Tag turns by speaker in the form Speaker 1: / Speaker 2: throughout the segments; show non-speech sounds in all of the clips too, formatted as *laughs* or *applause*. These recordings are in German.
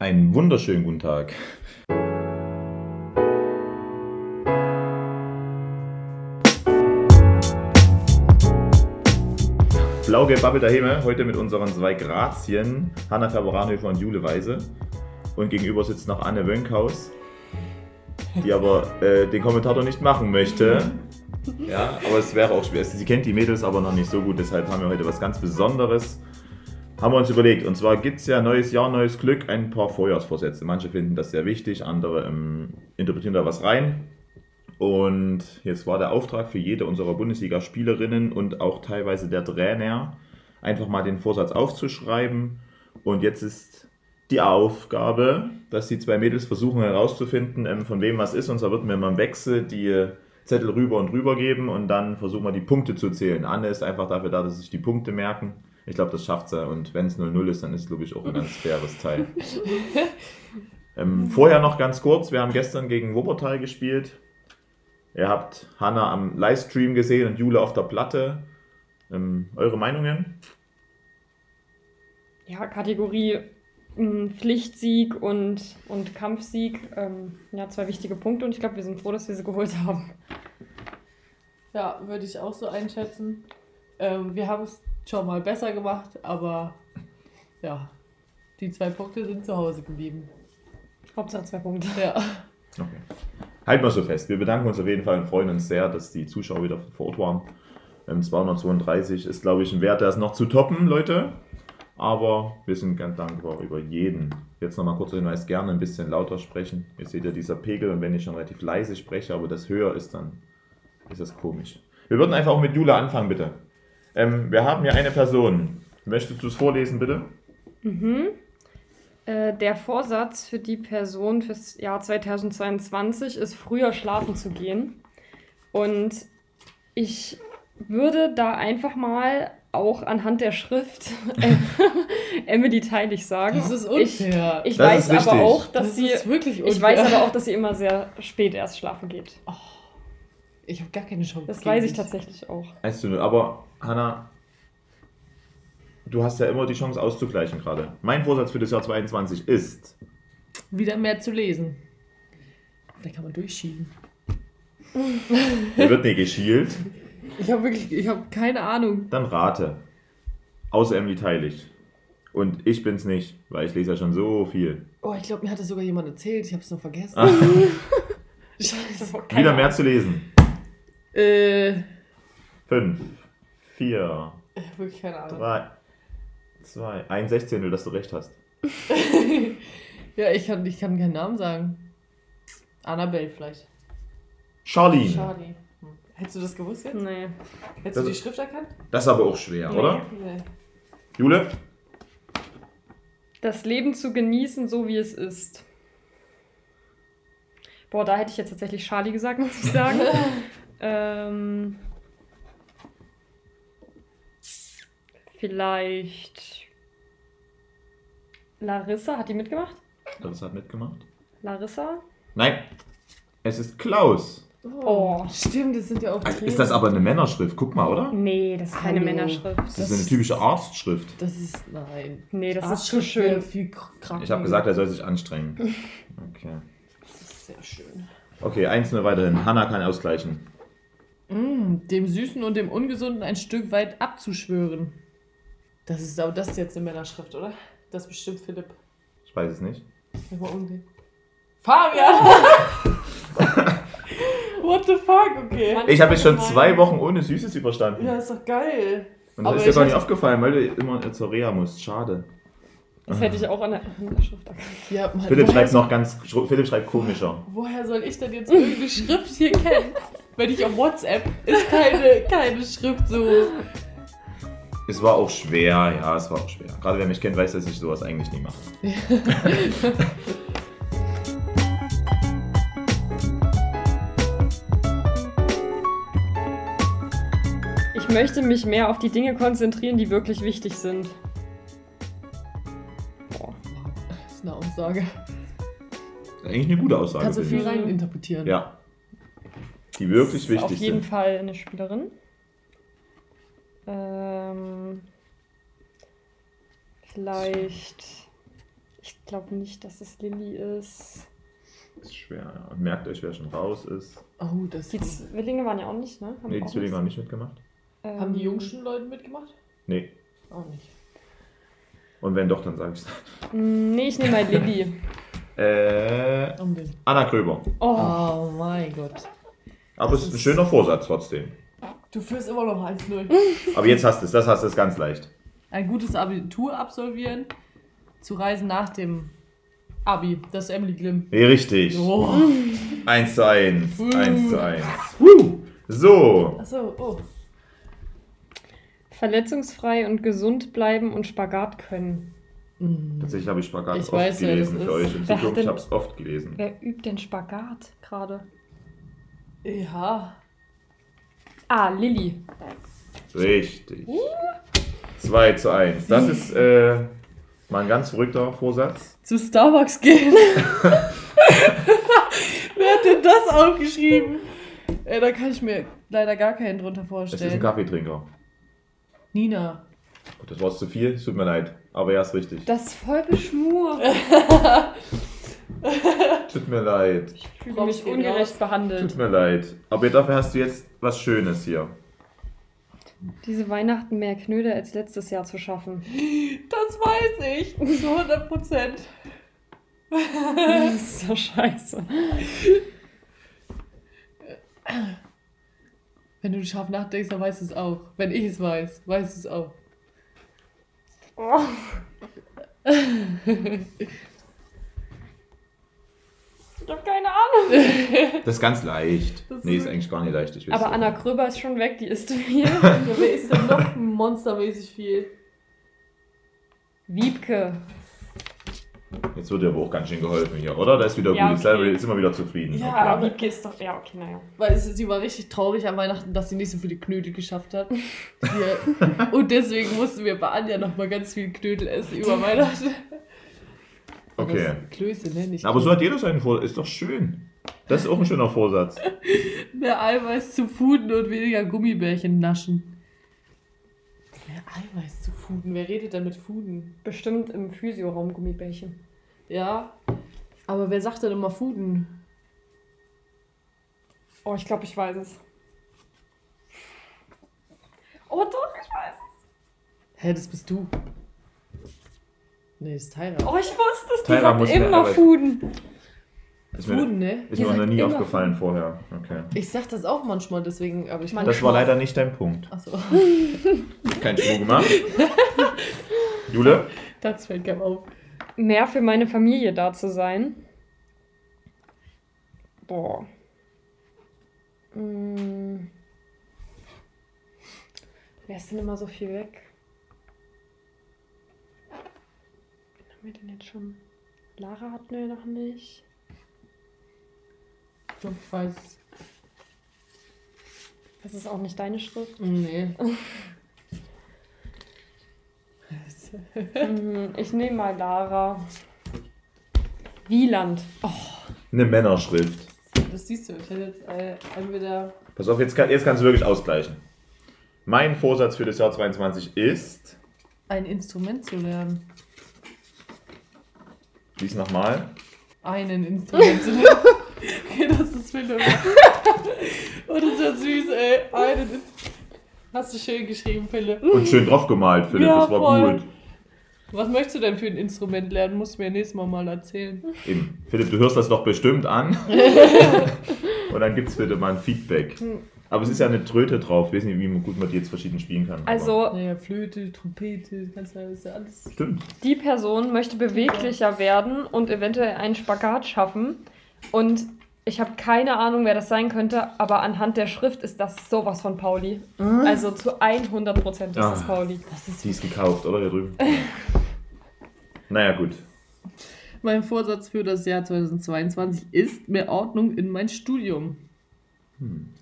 Speaker 1: Einen wunderschönen guten Tag. Blauge Babbel daheim, heute mit unseren zwei Grazien, Hanna Faber-Rahnhöfer und Jule Weise. Und gegenüber sitzt noch Anne Wönkhaus, die aber äh, den Kommentator nicht machen möchte. Ja, aber es wäre auch schwer. Sie kennt die Mädels aber noch nicht so gut, deshalb haben wir heute was ganz Besonderes. Haben wir uns überlegt. Und zwar gibt es ja neues Jahr, neues Glück, ein paar Vorjahrsvorsätze. Manche finden das sehr wichtig, andere ähm, interpretieren da was rein. Und jetzt war der Auftrag für jede unserer Bundesliga-Spielerinnen und auch teilweise der Trainer, einfach mal den Vorsatz aufzuschreiben. Und jetzt ist die Aufgabe, dass die zwei Mädels versuchen herauszufinden, ähm, von wem was ist. Und zwar wird mir mal im Wechsel die Zettel rüber und rüber geben und dann versuchen wir die Punkte zu zählen. Anne ist einfach dafür da, dass sich die Punkte merken. Ich glaube, das schafft sie. Und wenn es 0-0 ist, dann ist es, glaube ich, auch ein ganz faires Teil. ähm, vorher noch ganz kurz: Wir haben gestern gegen Wuppertal gespielt. Ihr habt Hanna am Livestream gesehen und Jule auf der Platte. Ähm, eure Meinungen?
Speaker 2: Ja, Kategorie ähm, Pflichtsieg und, und Kampfsieg. Ähm, ja, zwei wichtige Punkte und ich glaube, wir sind froh, dass wir sie geholt haben. *laughs*
Speaker 3: Ja, würde ich auch so einschätzen. Ähm, wir haben es schon mal besser gemacht, aber ja, die zwei Punkte sind zu Hause geblieben.
Speaker 2: Hauptsache zwei Punkte.
Speaker 3: Ja.
Speaker 1: Okay. Halten wir so fest. Wir bedanken uns auf jeden Fall und freuen uns sehr, dass die Zuschauer wieder vor Ort waren. Ähm, 232 ist, glaube ich, ein Wert, der ist noch zu toppen, Leute. Aber wir sind ganz dankbar über jeden. Jetzt nochmal kurzer Hinweis, gerne ein bisschen lauter sprechen. Ihr seht ja dieser Pegel und wenn ich schon relativ leise spreche, aber das höher ist, dann ist das komisch. Wir würden einfach auch mit Jule anfangen, bitte. Ähm, wir haben hier eine Person. Möchtest du es vorlesen, bitte?
Speaker 2: Mhm. Äh, der Vorsatz für die Person fürs Jahr 2022 ist, früher schlafen zu gehen. Und ich würde da einfach mal auch anhand der Schrift *laughs* äh, Emily Teilig sagen.
Speaker 3: Das ist
Speaker 2: ich
Speaker 3: unfair.
Speaker 2: ich
Speaker 1: Das
Speaker 2: weiß
Speaker 1: ist richtig.
Speaker 2: aber auch, dass
Speaker 3: das
Speaker 2: sie.
Speaker 3: ist wirklich unfair.
Speaker 2: Ich weiß aber auch, dass sie immer sehr spät erst schlafen geht.
Speaker 3: Ich habe gar keine Chance.
Speaker 2: Das
Speaker 3: gegen
Speaker 2: weiß ich
Speaker 3: dich.
Speaker 2: tatsächlich auch.
Speaker 1: 1 zu 0. Aber Hanna, du hast ja immer die Chance auszugleichen gerade. Mein Vorsatz für das Jahr 22 ist,
Speaker 3: Wieder mehr zu lesen. Vielleicht kann man durchschieben.
Speaker 1: hier wird nicht geschielt,
Speaker 3: Ich habe wirklich, ich habe keine Ahnung.
Speaker 1: dann rate. Außer Emily Teilig. Und ich bin's nicht, weil ich lese ja schon so viel.
Speaker 3: Oh, ich glaube, mir hat das sogar jemand erzählt. Ich habe es nur vergessen.
Speaker 1: Ah,
Speaker 3: *laughs* Scheiße.
Speaker 2: Keine
Speaker 1: wieder
Speaker 2: Ahnung.
Speaker 1: mehr zu lesen.
Speaker 3: Äh,
Speaker 1: 5, 4,
Speaker 3: wirklich keine Ahnung.
Speaker 1: 3, 2, 1 Sechzehntel, dass du recht hast.
Speaker 3: *laughs* ja, ich kann, ich kann keinen Namen sagen. Annabelle vielleicht.
Speaker 1: Charlene.
Speaker 3: Charlie. Hm. Hättest du das gewusst jetzt?
Speaker 2: Nee.
Speaker 3: Hättest
Speaker 1: Das-
Speaker 3: du die Schrift erkannt?
Speaker 1: Das ist aber auch schwer,
Speaker 2: Nee.
Speaker 1: oder?
Speaker 3: Nee.
Speaker 1: Jule?
Speaker 2: Das Leben zu genießen, so wie es ist. Boah, da hätte ich jetzt tatsächlich Charlie gesagt, *laughs* muss ich sagen. ähm, vielleicht. Larissa, hat die mitgemacht?
Speaker 1: Das hat mitgemacht.
Speaker 2: Larissa?
Speaker 1: Nein, es ist Klaus.
Speaker 3: Oh. Stimmt, das sind ja auch
Speaker 1: Also
Speaker 3: Tränen.
Speaker 1: ist das aber eine Männerschrift? Guck mal, oder?
Speaker 2: Nee, das ist keine
Speaker 3: Hallo.
Speaker 2: Männerschrift.
Speaker 1: Das, ist eine typische Arztschrift.
Speaker 3: Das ist, nein.
Speaker 2: Nee, das ist zu
Speaker 3: Arschschrift wäre
Speaker 2: schön.
Speaker 3: Viel krank.
Speaker 1: Ich habe gesagt, er soll sich anstrengen. Okay.
Speaker 3: Das ist sehr schön.
Speaker 1: Okay, 1-0 weiterhin. Hanna kann ausgleichen.
Speaker 3: Mm, dem Süßen und dem Ungesunden ein Stück weit abzuschwören. Das ist aber das ist jetzt eine Männerschrift, oder? Das bestimmt Philipp.
Speaker 1: Ich weiß es nicht.
Speaker 3: Ich muss mal umdrehen. Fabian! *laughs* What the fuck, okay.
Speaker 1: Ich habe jetzt schon zwei Wochen ohne Süßes überstanden.
Speaker 3: Ja, ist doch geil.
Speaker 1: Und das
Speaker 3: aber
Speaker 1: ist dir
Speaker 3: ich
Speaker 1: gar nicht
Speaker 3: hätte-
Speaker 1: aufgefallen, weil du immer zur Reha musst. Schade.
Speaker 2: Das hätte ich auch an der Männerschrift erkannt.
Speaker 3: Ja, Mann,
Speaker 1: Philipp
Speaker 3: woher
Speaker 1: schreibt
Speaker 3: soll-
Speaker 1: noch ganz. schru- Philipp schreibt komischer.
Speaker 3: Woher soll ich denn jetzt irgendeine Schrift hier kennen? Wenn ich auf WhatsApp ist keine, keine Schrift so.
Speaker 1: Es war auch schwer, ja, es war auch schwer. Gerade wer mich kennt, weiß, dass ich sowas eigentlich nie mache.
Speaker 2: Ich möchte mich mehr auf die Dinge konzentrieren, die wirklich wichtig sind. Boah.
Speaker 3: Das ist eine Aussage.
Speaker 1: Das ist Eigentlich eine gute Aussage.
Speaker 3: Kannst du
Speaker 1: finde
Speaker 3: viel
Speaker 1: ich.
Speaker 3: rein interpretieren.
Speaker 1: Ja. Die wirklich
Speaker 2: ist
Speaker 1: wichtig
Speaker 2: Auf jeden
Speaker 1: sind.
Speaker 2: Fall eine Spielerin. Ähm, vielleicht. Ich glaube nicht, dass es Lilly ist.
Speaker 1: Ist schwer, ja. Und merkt euch, wer schon raus ist.
Speaker 3: Oh, das
Speaker 2: Die
Speaker 3: ist.
Speaker 2: Zwillinge waren ja auch nicht, ne?
Speaker 1: Nee, die
Speaker 2: auch
Speaker 1: Zwillinge haben
Speaker 2: nichts.
Speaker 1: nicht mitgemacht.
Speaker 2: Ähm,
Speaker 3: Haben die jüngsten Leute mitgemacht?
Speaker 1: Nee.
Speaker 3: Auch nicht.
Speaker 1: Und wenn doch, dann sage ich's.
Speaker 2: mh, Nee, ich nehme mal *laughs* Lilly.
Speaker 1: Äh,
Speaker 3: Um den.
Speaker 1: Anna Kröber.
Speaker 2: Oh,
Speaker 3: Oh mein Gott.
Speaker 1: Aber es
Speaker 3: Das
Speaker 1: ist ein
Speaker 3: ist-
Speaker 1: schöner Vorsatz trotzdem.
Speaker 3: Du führst immer noch 1-0.
Speaker 1: Aber jetzt hast du es, das hast du es ganz leicht.
Speaker 3: Ein gutes Abitur absolvieren. Zu reisen nach dem Abi. Das ist Emily Glimm.
Speaker 1: Nee, richtig.
Speaker 3: Oh.
Speaker 1: Eins zu eins.
Speaker 3: Uh.
Speaker 1: Eins zu eins. Woo. So.
Speaker 3: Achso, oh.
Speaker 2: verletzungsfrei und gesund bleiben und Spagat können.
Speaker 3: Mm.
Speaker 1: Tatsächlich habe ich Spagat
Speaker 3: Ich
Speaker 1: oft
Speaker 3: weiß, wer das
Speaker 1: gelesen für
Speaker 3: ist.
Speaker 1: euch. In
Speaker 2: Wer hat
Speaker 1: Zukunft, ich
Speaker 2: denn-
Speaker 1: habe es oft gelesen.
Speaker 2: Wer übt denn Spagat gerade?
Speaker 3: Ja.
Speaker 2: Ah, Lilly.
Speaker 1: Richtig. 2 zu 1. Das ist äh, mal ein ganz verrückter Vorsatz.
Speaker 3: Zu Starbucks gehen. *laughs* Wer hat denn das aufgeschrieben? Äh, da kann ich mir leider gar keinen
Speaker 1: Es ist
Speaker 3: drunter
Speaker 1: ein
Speaker 3: vorstellen.
Speaker 1: Kaffeetrinker.
Speaker 3: Nina.
Speaker 1: Gut, Das war zu viel, es tut mir leid. Aber ja, ist richtig.
Speaker 2: Das ist voll Geschmur.
Speaker 1: Tut mir leid.
Speaker 2: Ich fühle mich ungerecht
Speaker 1: Tut
Speaker 2: behandelt.
Speaker 1: mir leid. Aber dafür hast du jetzt was Schönes hier.
Speaker 2: Diese Weihnachten mehr Knödel als letztes Jahr zu schaffen.
Speaker 3: Das weiß ich. Zu 100 Prozent.
Speaker 2: Das ist so scheiße.
Speaker 3: Wenn du scharf nachdenkst, dann weißt du es auch. Wenn ich es weiß, weißt du es auch.
Speaker 2: Oh. ich habe keine Ahnung.
Speaker 1: Das ist ganz leicht.
Speaker 3: Das ist
Speaker 1: nee, ist
Speaker 3: wirklich-
Speaker 1: eigentlich gar nicht leicht. Ich weiß
Speaker 2: Aber
Speaker 1: es.
Speaker 2: Anna Kröber ist schon weg, die ist *laughs* viel.
Speaker 3: Ja, wer ist denn noch monstermäßig viel?
Speaker 2: Wiebke.
Speaker 1: Jetzt wird dir aber auch ganz schön geholfen hier, oder? Da ist wieder
Speaker 2: Ja,
Speaker 1: gut. Jetzt
Speaker 2: okay.
Speaker 1: okay. ist immer wieder zufrieden.
Speaker 3: Ja,
Speaker 1: Okay.
Speaker 3: aber-
Speaker 2: Wiebke ist doch. Ja, okay, naja.
Speaker 3: Weil es, sie war richtig traurig an Weihnachten, dass sie nicht so viele Knödel geschafft hat. *laughs* Wir, und deswegen mussten wir bei Anja nochmal ganz viel Knödel essen über Weihnachten.
Speaker 1: Okay.
Speaker 3: Das Klöße, ne? Nicht
Speaker 1: Aber so
Speaker 3: Knödel.
Speaker 1: hat jeder seinen Vorsatz. Ist doch schön. Das ist auch ein schöner Vorsatz.
Speaker 3: Mehr Eiweiß zu fuden und weniger Gummibärchen naschen. Mehr Eiweiß zu fuden? Wer redet denn mit fuden?
Speaker 2: Bestimmt im Physioraum Gummibärchen.
Speaker 3: Ja. Aber wer sagt denn immer fuden?
Speaker 2: Oh, ich glaube, ich weiß es. Oh, doch, ich weiß es.
Speaker 3: Hä, das bist du. Nee, das ist Tyra.
Speaker 2: Oh, ich wusste es. Die
Speaker 1: Tyra muss
Speaker 2: sagt
Speaker 1: mehr
Speaker 2: immer
Speaker 1: Arbeit.
Speaker 2: Fuden.
Speaker 1: Ist mir,
Speaker 3: Fuden, ne?
Speaker 1: ist
Speaker 2: Die
Speaker 1: mir auch noch
Speaker 2: sagt
Speaker 1: nie
Speaker 2: immer
Speaker 1: aufgefallen vorher. Okay.
Speaker 3: Ich sag das auch manchmal, deswegen, aber ich.
Speaker 2: Man-
Speaker 1: Das war leider nicht dein Punkt.
Speaker 3: Achso,
Speaker 1: Kein Schuh gemacht. Jule?
Speaker 3: *laughs* das fällt keinem auf.
Speaker 2: Mehr für meine Familie da zu sein. Boah. Hm. Wer ist denn immer so viel weg? Wen haben wir denn jetzt schon? Lara hatten wir noch nicht.
Speaker 3: Ich glaub, ich weiß.
Speaker 2: Das ist auch nicht deine
Speaker 3: *laughs*
Speaker 2: Schrift.
Speaker 3: Nee.
Speaker 2: Mhm, ich nehme mal Lara. Wieland. Oh.
Speaker 1: Eine Männerschrift.
Speaker 3: Das siehst du, ich hätte jetzt äh, entweder.
Speaker 1: Pass auf, jetzt, kann, jetzt kannst du wirklich ausgleichen. Mein Vorsatz für das Jahr 22 ist,
Speaker 3: Ein Instrument zu lernen.
Speaker 1: lies nochmal,
Speaker 3: Einen Instrument zu lernen. *laughs* okay, das ist *laughs* Philipp. Und das ist ja süß, ey. Einen Instrument. Hast du schön geschrieben, Philipp.
Speaker 1: und schön drauf gemalt, Philipp,
Speaker 3: Ja,
Speaker 1: das war
Speaker 3: voll.
Speaker 1: gut.
Speaker 3: Was möchtest du denn für ein Instrument lernen? Musst du mir nächstes Mal mal erzählen.
Speaker 1: Eben. Philipp, du hörst das doch bestimmt
Speaker 3: *laughs*
Speaker 1: an. und dann gibt's bitte mal ein Feedback. Aber es ist ja eine Tröte drauf. Ich weiß nicht, wie man- gut man die jetzt verschieden spielen kann. aber-
Speaker 2: Also,
Speaker 3: Naja, Flöte, Trompete, kannst du alles. alles.
Speaker 1: Stimmt.
Speaker 2: die Person möchte beweglicher werden und eventuell einen Spagat schaffen. Und ich habe keine Ahnung, wer das sein könnte, aber anhand der Schrift ist das sowas von Pauli. Also zu 100 Prozent ist
Speaker 1: Ah.
Speaker 2: das Pauli.
Speaker 3: Hm? Das ist
Speaker 1: Die ist gekauft, oder? Hier
Speaker 3: *laughs*
Speaker 1: drüben. naja, gut.
Speaker 3: Mein Vorsatz für das Jahr 2022 ist mehr Ordnung in mein Studium.
Speaker 1: Hm.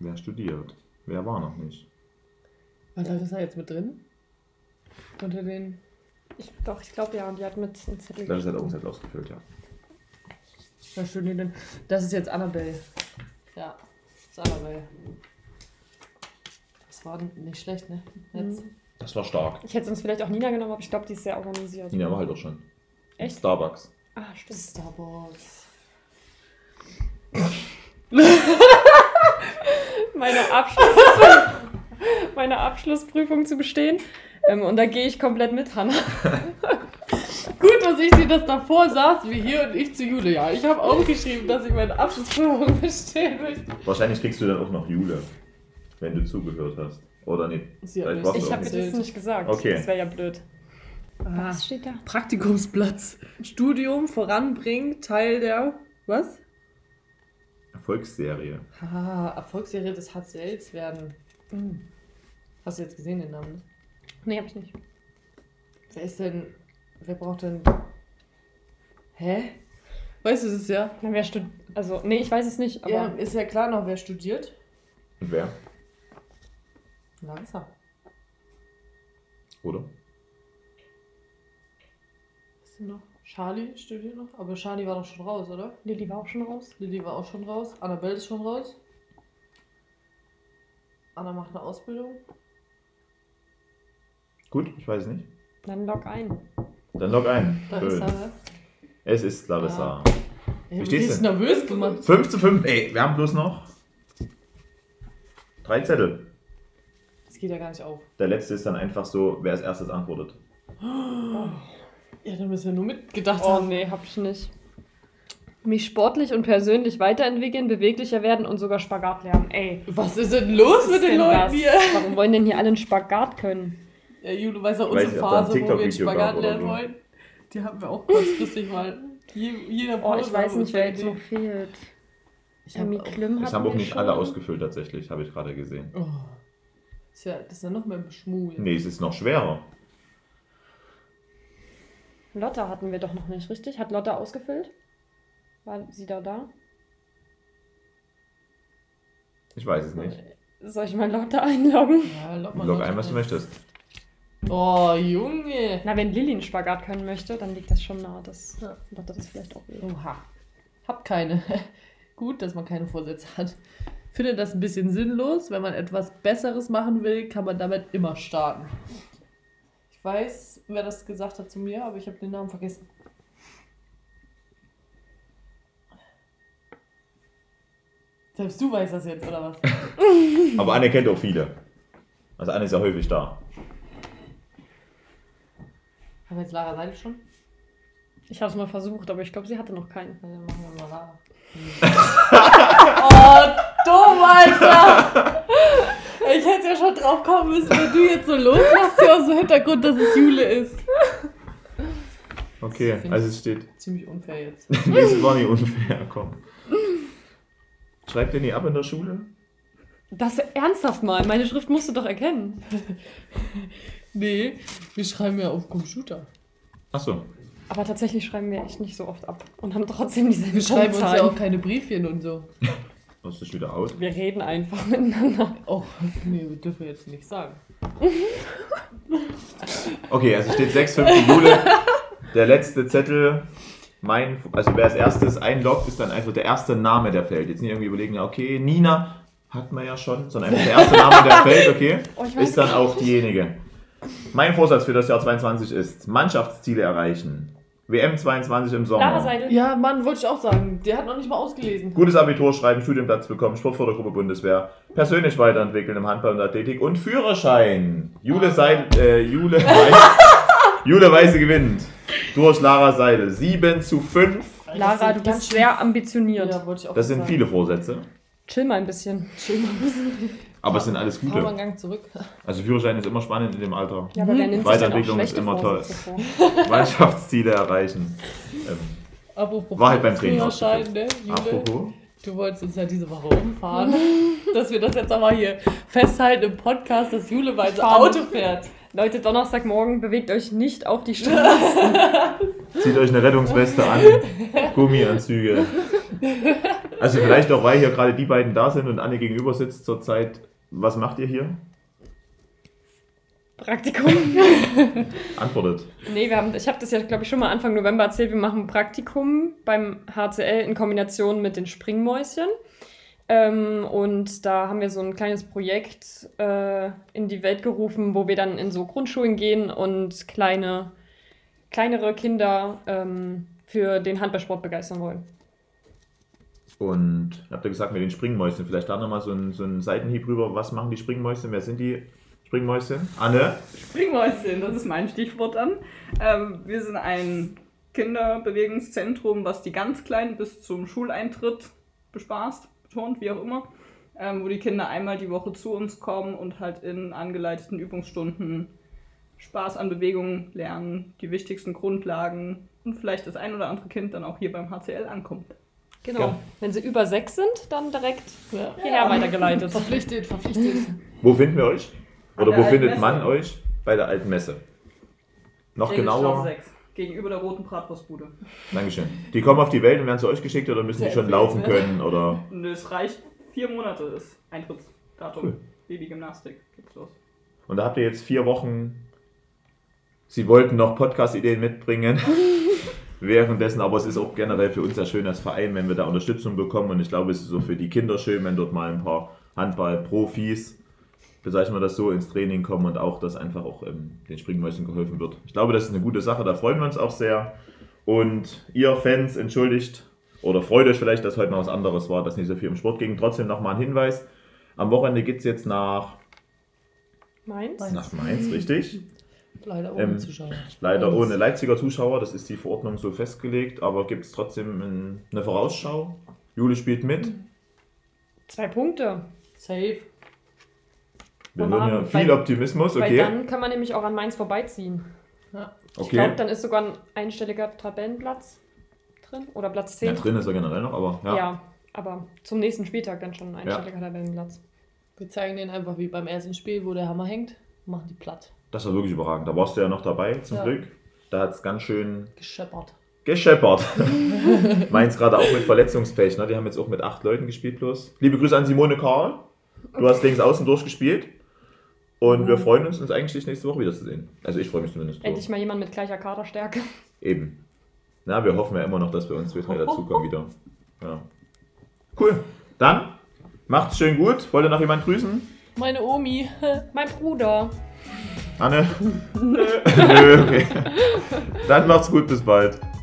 Speaker 1: Wer studiert? Wer war noch nicht?
Speaker 3: Warte, das da jetzt mit drin? Unter den.
Speaker 2: Ich, doch, ich glaube ja, und die hat mit einem Zettel.
Speaker 1: Das ist halt auch selbst ausgefüllt, ja.
Speaker 3: Was steht denn? Das ist jetzt Annabelle. Ja, das ist Annabelle. Das war nicht schlecht, ne? Jetzt.
Speaker 2: Mhm.
Speaker 1: Das war stark.
Speaker 2: Ich hätte sonst vielleicht auch Nina genommen, aber ich glaube, die ist sehr organisiert.
Speaker 1: Nina war halt auch schon.
Speaker 2: Echt?
Speaker 1: Starbucks.
Speaker 2: Ah, stimmt.
Speaker 3: Starbucks.
Speaker 2: *laughs* Meine, Abschluss meine Abschlussprüfung zu bestehen. Ähm, und da gehe ich komplett mit, Hannah.
Speaker 3: Gut, dass ich dir das davor saß, wie hier und ich zu Jule. Ja, ich habe *laughs* auch geschrieben, dass ich meine Abschlussprüfung bestehen möchte.
Speaker 1: Wahrscheinlich kriegst du dann auch noch Jule, wenn du zugehört hast. Oder nee.
Speaker 3: Sie
Speaker 1: Vielleicht
Speaker 3: mir
Speaker 1: warst
Speaker 3: das
Speaker 1: du
Speaker 2: Ich
Speaker 1: auch
Speaker 2: habe dir das nicht gesagt.
Speaker 1: Okay.
Speaker 2: Das wäre ja blöd.
Speaker 3: Ah.
Speaker 2: steht da?
Speaker 3: Praktikumsplatz. Studium voranbringen, Teil der. Was?
Speaker 1: Erfolgsserie.
Speaker 3: Haha, Erfolgsserie des HCLs werden. Hm. Hast du jetzt gesehen den Namen?
Speaker 2: Nee, hab ich nicht.
Speaker 3: Wer ist denn. Wer braucht denn. Hä? Weißt du es ja?
Speaker 2: Na, wer stud also, nee, ich weiß es nicht, aber
Speaker 3: ja, ist ja klar noch, wer studiert.
Speaker 1: Und wer?
Speaker 3: Langsam.
Speaker 1: Oder?
Speaker 3: Was denn noch? Charlie studiert noch, aber Charlie war doch schon raus, oder?
Speaker 2: Lilly war auch schon raus.
Speaker 3: Lilly war auch schon raus, Annabelle ist schon raus. Anna macht eine Ausbildung.
Speaker 1: Gut, ich weiß nicht.
Speaker 2: Dann log ein.
Speaker 1: Dann log ein.
Speaker 3: Da ist
Speaker 1: Schön.
Speaker 3: er. ne?
Speaker 1: Es ist Larissa.
Speaker 3: Ich hab mich
Speaker 1: steht's denn?
Speaker 3: richtig nervös gemacht.
Speaker 1: 5 zu 5. Ey, wir haben bloß noch drei Zettel.
Speaker 3: Das geht ja gar nicht auf.
Speaker 1: Der letzte ist dann einfach so, wer als erstes antwortet.
Speaker 3: Ja, da müssen wir nur mitgedacht
Speaker 2: Oh
Speaker 3: haben.
Speaker 2: nee, hab ich nicht. Mich sportlich und persönlich weiterentwickeln, beweglicher werden und sogar Spagat lernen. Ey.
Speaker 3: Was ist denn los
Speaker 2: was
Speaker 3: mit
Speaker 2: ist
Speaker 3: den
Speaker 2: denn
Speaker 3: Leuten
Speaker 2: das?
Speaker 3: hier?
Speaker 2: Warum wollen denn hier alle einen Spagat können?
Speaker 3: Ja, Jule weiß ja
Speaker 1: Weiß
Speaker 3: unsere
Speaker 1: nicht, ob da ein
Speaker 3: Phase, wo wir einen
Speaker 1: TikTok-Video gab
Speaker 3: Spagat
Speaker 1: oder
Speaker 3: lernen
Speaker 1: so.
Speaker 3: wollen. Die haben wir auch kurzfristig mal. Je, jeder
Speaker 2: Oh,
Speaker 3: Pause
Speaker 2: ich weiß
Speaker 3: haben
Speaker 2: nicht,
Speaker 3: wir
Speaker 2: wer
Speaker 3: uns
Speaker 2: jetzt
Speaker 3: eine
Speaker 2: noch fehlt.
Speaker 3: Idee. Ich hab
Speaker 2: Tammy
Speaker 3: auch-
Speaker 2: Klim
Speaker 1: Das
Speaker 2: hatten
Speaker 1: haben auch
Speaker 2: wir
Speaker 1: nicht
Speaker 2: schon.
Speaker 1: alle ausgefüllt tatsächlich, habe ich gerade gesehen.
Speaker 3: Oh. Ist ja, das ist ja noch mehr Beschmuel.
Speaker 1: Nee, es ist noch schwerer.
Speaker 2: Lotta hatten wir doch noch nicht, richtig? Hat Lotta ausgefüllt? War sie da da?
Speaker 1: Ich weiß es nicht.
Speaker 2: Soll ich mal Lotta *laughs* einloggen?
Speaker 3: Ja, lock mal
Speaker 1: Log
Speaker 3: Leute
Speaker 1: ein, was du möchtest.
Speaker 3: Oh, Junge.
Speaker 2: Na, wenn Lilly einen Spagat können möchte, dann liegt das schon nahe, dass
Speaker 3: Ja.
Speaker 2: Lotta das vielleicht auch will.
Speaker 3: Oha. Hab keine. *laughs* Gut, dass man keine Vorsätze hat. Finde das ein bisschen sinnlos. Wenn man etwas Besseres machen will, kann man damit immer starten. Ich weiß, wer das gesagt hat zu mir, aber ich habe den Namen vergessen. Selbst du weißt das jetzt, oder was?
Speaker 1: Aber Anne kennt auch viele. Also Anne ist ja häufig da.
Speaker 3: Haben wir jetzt Lara Seidel schon?
Speaker 2: Ich habe es mal versucht, aber ich glaube, sie hatte noch keinen.
Speaker 3: Ja, Dann machen Also wir mal Lara. *laughs* oh, dumm, Alter! Ich hätte ja schon drauf kommen müssen, wenn du jetzt so losmachst, hier aus dem Hintergrund, dass es Jule ist.
Speaker 1: Okay,
Speaker 3: Finde
Speaker 1: also es
Speaker 3: *laughs*
Speaker 1: steht. *laughs*
Speaker 3: Ziemlich unfair jetzt.
Speaker 1: Nee, es war nicht unfair, komm. Schreibt ihr nie ab in der Schule?
Speaker 2: Das ernsthaft mal. Meine Schrift musst du doch erkennen.
Speaker 3: Nee, wir schreiben ja auf Computer.
Speaker 1: Achso.
Speaker 2: Aber tatsächlich schreiben wir echt nicht so oft ab und haben trotzdem dieselben
Speaker 3: Wir schreiben uns ja auch
Speaker 2: Schreibzahlen.
Speaker 3: keine Briefchen und so.
Speaker 1: Was ist wieder out?
Speaker 2: Wir reden einfach miteinander.
Speaker 3: Oh, nee, das dürfen wir jetzt nicht sagen.
Speaker 1: Okay, also steht 6, 5. Jule. Der letzte Zettel, mein, also wer als erstes einloggt, ist dann einfach der erste Name, der fällt. Jetzt nicht irgendwie überlegen, okay, Nina hat man ja schon, sondern einfach der erste Name, der fällt, okay,
Speaker 2: *laughs* Oh, ich weiß
Speaker 1: ist dann auch diejenige. Mein Vorsatz für das Jahr 22 ist, Mannschaftsziele erreichen. WM 22 im
Speaker 2: Lara
Speaker 1: Sommer.
Speaker 2: Seidel.
Speaker 3: Ja, Mann, wollte ich auch sagen. Der hat noch nicht mal ausgelesen.
Speaker 1: Gutes Abitur schreiben, Studienplatz bekommen, Sportfördergruppe Bundeswehr, persönlich weiterentwickeln im Handball und Athletik und Führerschein. Jule Seidel, äh, Jule, Weise, Jule Weise gewinnt durch Lara Seidel. 7 zu 5.
Speaker 2: Lara, du bist sehr ambitioniert.
Speaker 3: Ja, wollte ich auch
Speaker 1: Das sind
Speaker 3: sagen.
Speaker 1: viele Vorsätze,
Speaker 2: Chill mal ein bisschen.
Speaker 3: Schön mal ein bisschen.
Speaker 1: aber es sind alles
Speaker 3: Fahr mal einen
Speaker 1: gute.
Speaker 3: Gang zurück.
Speaker 1: Also Führerschein ist immer spannend in dem Alter.
Speaker 2: Ja, aber wer nimmt sich denn auch
Speaker 1: Weiterentwicklung ist
Speaker 2: schlechte
Speaker 1: immer toll.
Speaker 2: Vorsätze vor?
Speaker 1: Mannschaftsziele erreichen. Ähm,
Speaker 3: Apropos
Speaker 1: War halt beim Training
Speaker 3: Führerschein, ne? Jule,
Speaker 1: apropos,
Speaker 3: du wolltest uns ja diese Woche umfahren. *laughs* dass wir das jetzt aber hier festhalten im Podcast, dass Jule weise
Speaker 2: Fahren.
Speaker 3: Auto fährt.
Speaker 2: *laughs* Leute, Donnerstagmorgen bewegt euch nicht auf die *laughs* Straße.
Speaker 1: zieht euch eine Rettungsweste an, Gummianzüge. Also vielleicht auch, weil hier gerade die beiden da sind und Anne gegenüber sitzt zurzeit. Was macht ihr hier?
Speaker 2: Praktikum.
Speaker 1: Antwortet.
Speaker 2: Nee, wir haben, ich habe das ja, glaube ich, schon mal Anfang November erzählt. Wir machen ein Praktikum beim HCL in Kombination mit den Springmäuschen. Ähm, und da haben wir so ein kleines Projekt äh, in die Welt gerufen, wo wir dann in so Grundschulen gehen und kleine, kleinere Kinder ähm, für den Handballsport begeistern wollen.
Speaker 1: Und habt ihr gesagt, mit den Springmäusen, vielleicht da nochmal so ein, so ein Seitenhieb rüber. Was machen die Springmäusen? Wer sind die Springmäusen? Anne?
Speaker 4: Springmäuschen, das ist mein Stichwort an. Ähm, wir sind ein Kinderbewegungszentrum, was die ganz Kleinen bis zum Schuleintritt bespaßt, betont, wie auch immer. Ähm, wo die Kinder einmal die Woche zu uns kommen und halt in angeleiteten Übungsstunden Spaß an Bewegungen lernen, die wichtigsten Grundlagen und vielleicht das ein oder andere Kind dann auch hier beim HCL ankommt.
Speaker 2: Genau.
Speaker 1: Ja.
Speaker 2: Wenn sie über sechs sind, dann direkt
Speaker 3: Ja.
Speaker 2: hierher weitergeleitet.
Speaker 3: *laughs* Verpflichtet, verpflichtet.
Speaker 1: Wo finden wir euch?
Speaker 4: An
Speaker 1: Oder
Speaker 4: der
Speaker 1: wo
Speaker 4: Alten
Speaker 1: findet
Speaker 4: Messe.
Speaker 1: man euch? Bei der alten Messe. Noch genauer.
Speaker 4: 6, gegenüber der roten Bratwurstbude.
Speaker 1: Dankeschön. Die kommen auf die Welt und werden zu euch geschickt oder müssen
Speaker 3: Sehr
Speaker 1: die schon laufen
Speaker 3: empfehlenswert.
Speaker 1: können? Oder
Speaker 4: Nö, es reicht. Vier Monate ist Eintrittsdatum.
Speaker 1: Cool.
Speaker 4: Babygymnastik geht's los.
Speaker 1: und da habt ihr jetzt vier Wochen. Sie wollten noch Podcast-Ideen mitbringen. Währenddessen, aber es ist auch generell für uns ja schön als Verein, wenn wir da Unterstützung bekommen. Und ich glaube, es ist so für die Kinder schön, wenn dort mal ein paar Handball-Profis, bezeichnen wir das so, ins Training kommen und auch, dass einfach auch ähm, den Springmäusen geholfen wird. Ich glaube, das ist eine gute Sache, da freuen wir uns auch sehr. Und ihr Fans, entschuldigt oder freut euch vielleicht, dass heute mal was anderes war, dass nicht so viel im Sport ging. Trotzdem nochmal ein Hinweis. Am Wochenende geht es jetzt nach,
Speaker 2: Meins?
Speaker 3: Meins.
Speaker 1: nach Mainz, richtig?
Speaker 3: Leider ohne
Speaker 1: Ähm,
Speaker 3: Zuschauer.
Speaker 1: Leider
Speaker 3: Mainz.
Speaker 1: ohne Leipziger Zuschauer, das ist die Verordnung so festgelegt, aber gibt es trotzdem ein- eine Vorausschau? Jule spielt mit.
Speaker 2: Mhm. Zwei Punkte.
Speaker 3: Safe.
Speaker 1: Wir
Speaker 2: Am
Speaker 1: hören ja
Speaker 2: Abend,
Speaker 1: viel
Speaker 2: weil-
Speaker 1: Optimismus,
Speaker 2: Weil
Speaker 1: okay.
Speaker 2: dann kann man nämlich auch an Mainz vorbeiziehen.
Speaker 3: Ja.
Speaker 2: Ich glaube,
Speaker 1: Okay.
Speaker 2: dann ist sogar ein einstelliger Tabellenplatz drin. Oder Platz 10.
Speaker 1: Ja, drin ist er generell noch, aber
Speaker 2: ja.
Speaker 1: ja.
Speaker 2: aber zum nächsten Spieltag dann schon ein einstelliger Tabellenplatz.
Speaker 3: Wir zeigen denen einfach wie beim ersten Spiel, wo der Hammer hängt, machen die platt.
Speaker 1: Das war wirklich überragend. Da warst du ja noch dabei, zum
Speaker 3: Ja.
Speaker 1: Glück. Da hat es ganz schön
Speaker 3: Gescheppert.
Speaker 2: *laughs*
Speaker 1: gescheppert. Mainz gerade auch mit Verletzungspech, ne? Die haben jetzt auch mit acht Leuten gespielt bloß. Liebe Grüße an Simone Karl. Du hast links außen durchgespielt. Und wir freuen uns, uns eigentlich nächste Woche wiederzusehen. Also ich freue mich zumindest. drüber.
Speaker 2: Mhm. Endlich mal jemand mit gleicher Kaderstärke. *laughs*
Speaker 1: Eben. Na, wir hoffen ja immer noch, dass wir uns zwei, drei dazukommen wieder. Ja. Cool. Dann macht's schön gut. Wollt ihr noch jemand grüßen?
Speaker 3: Meine Omi. *laughs*
Speaker 2: Mein Bruder.
Speaker 1: Anne? Nö. Nö, okay. Dann macht's gut, bis bald.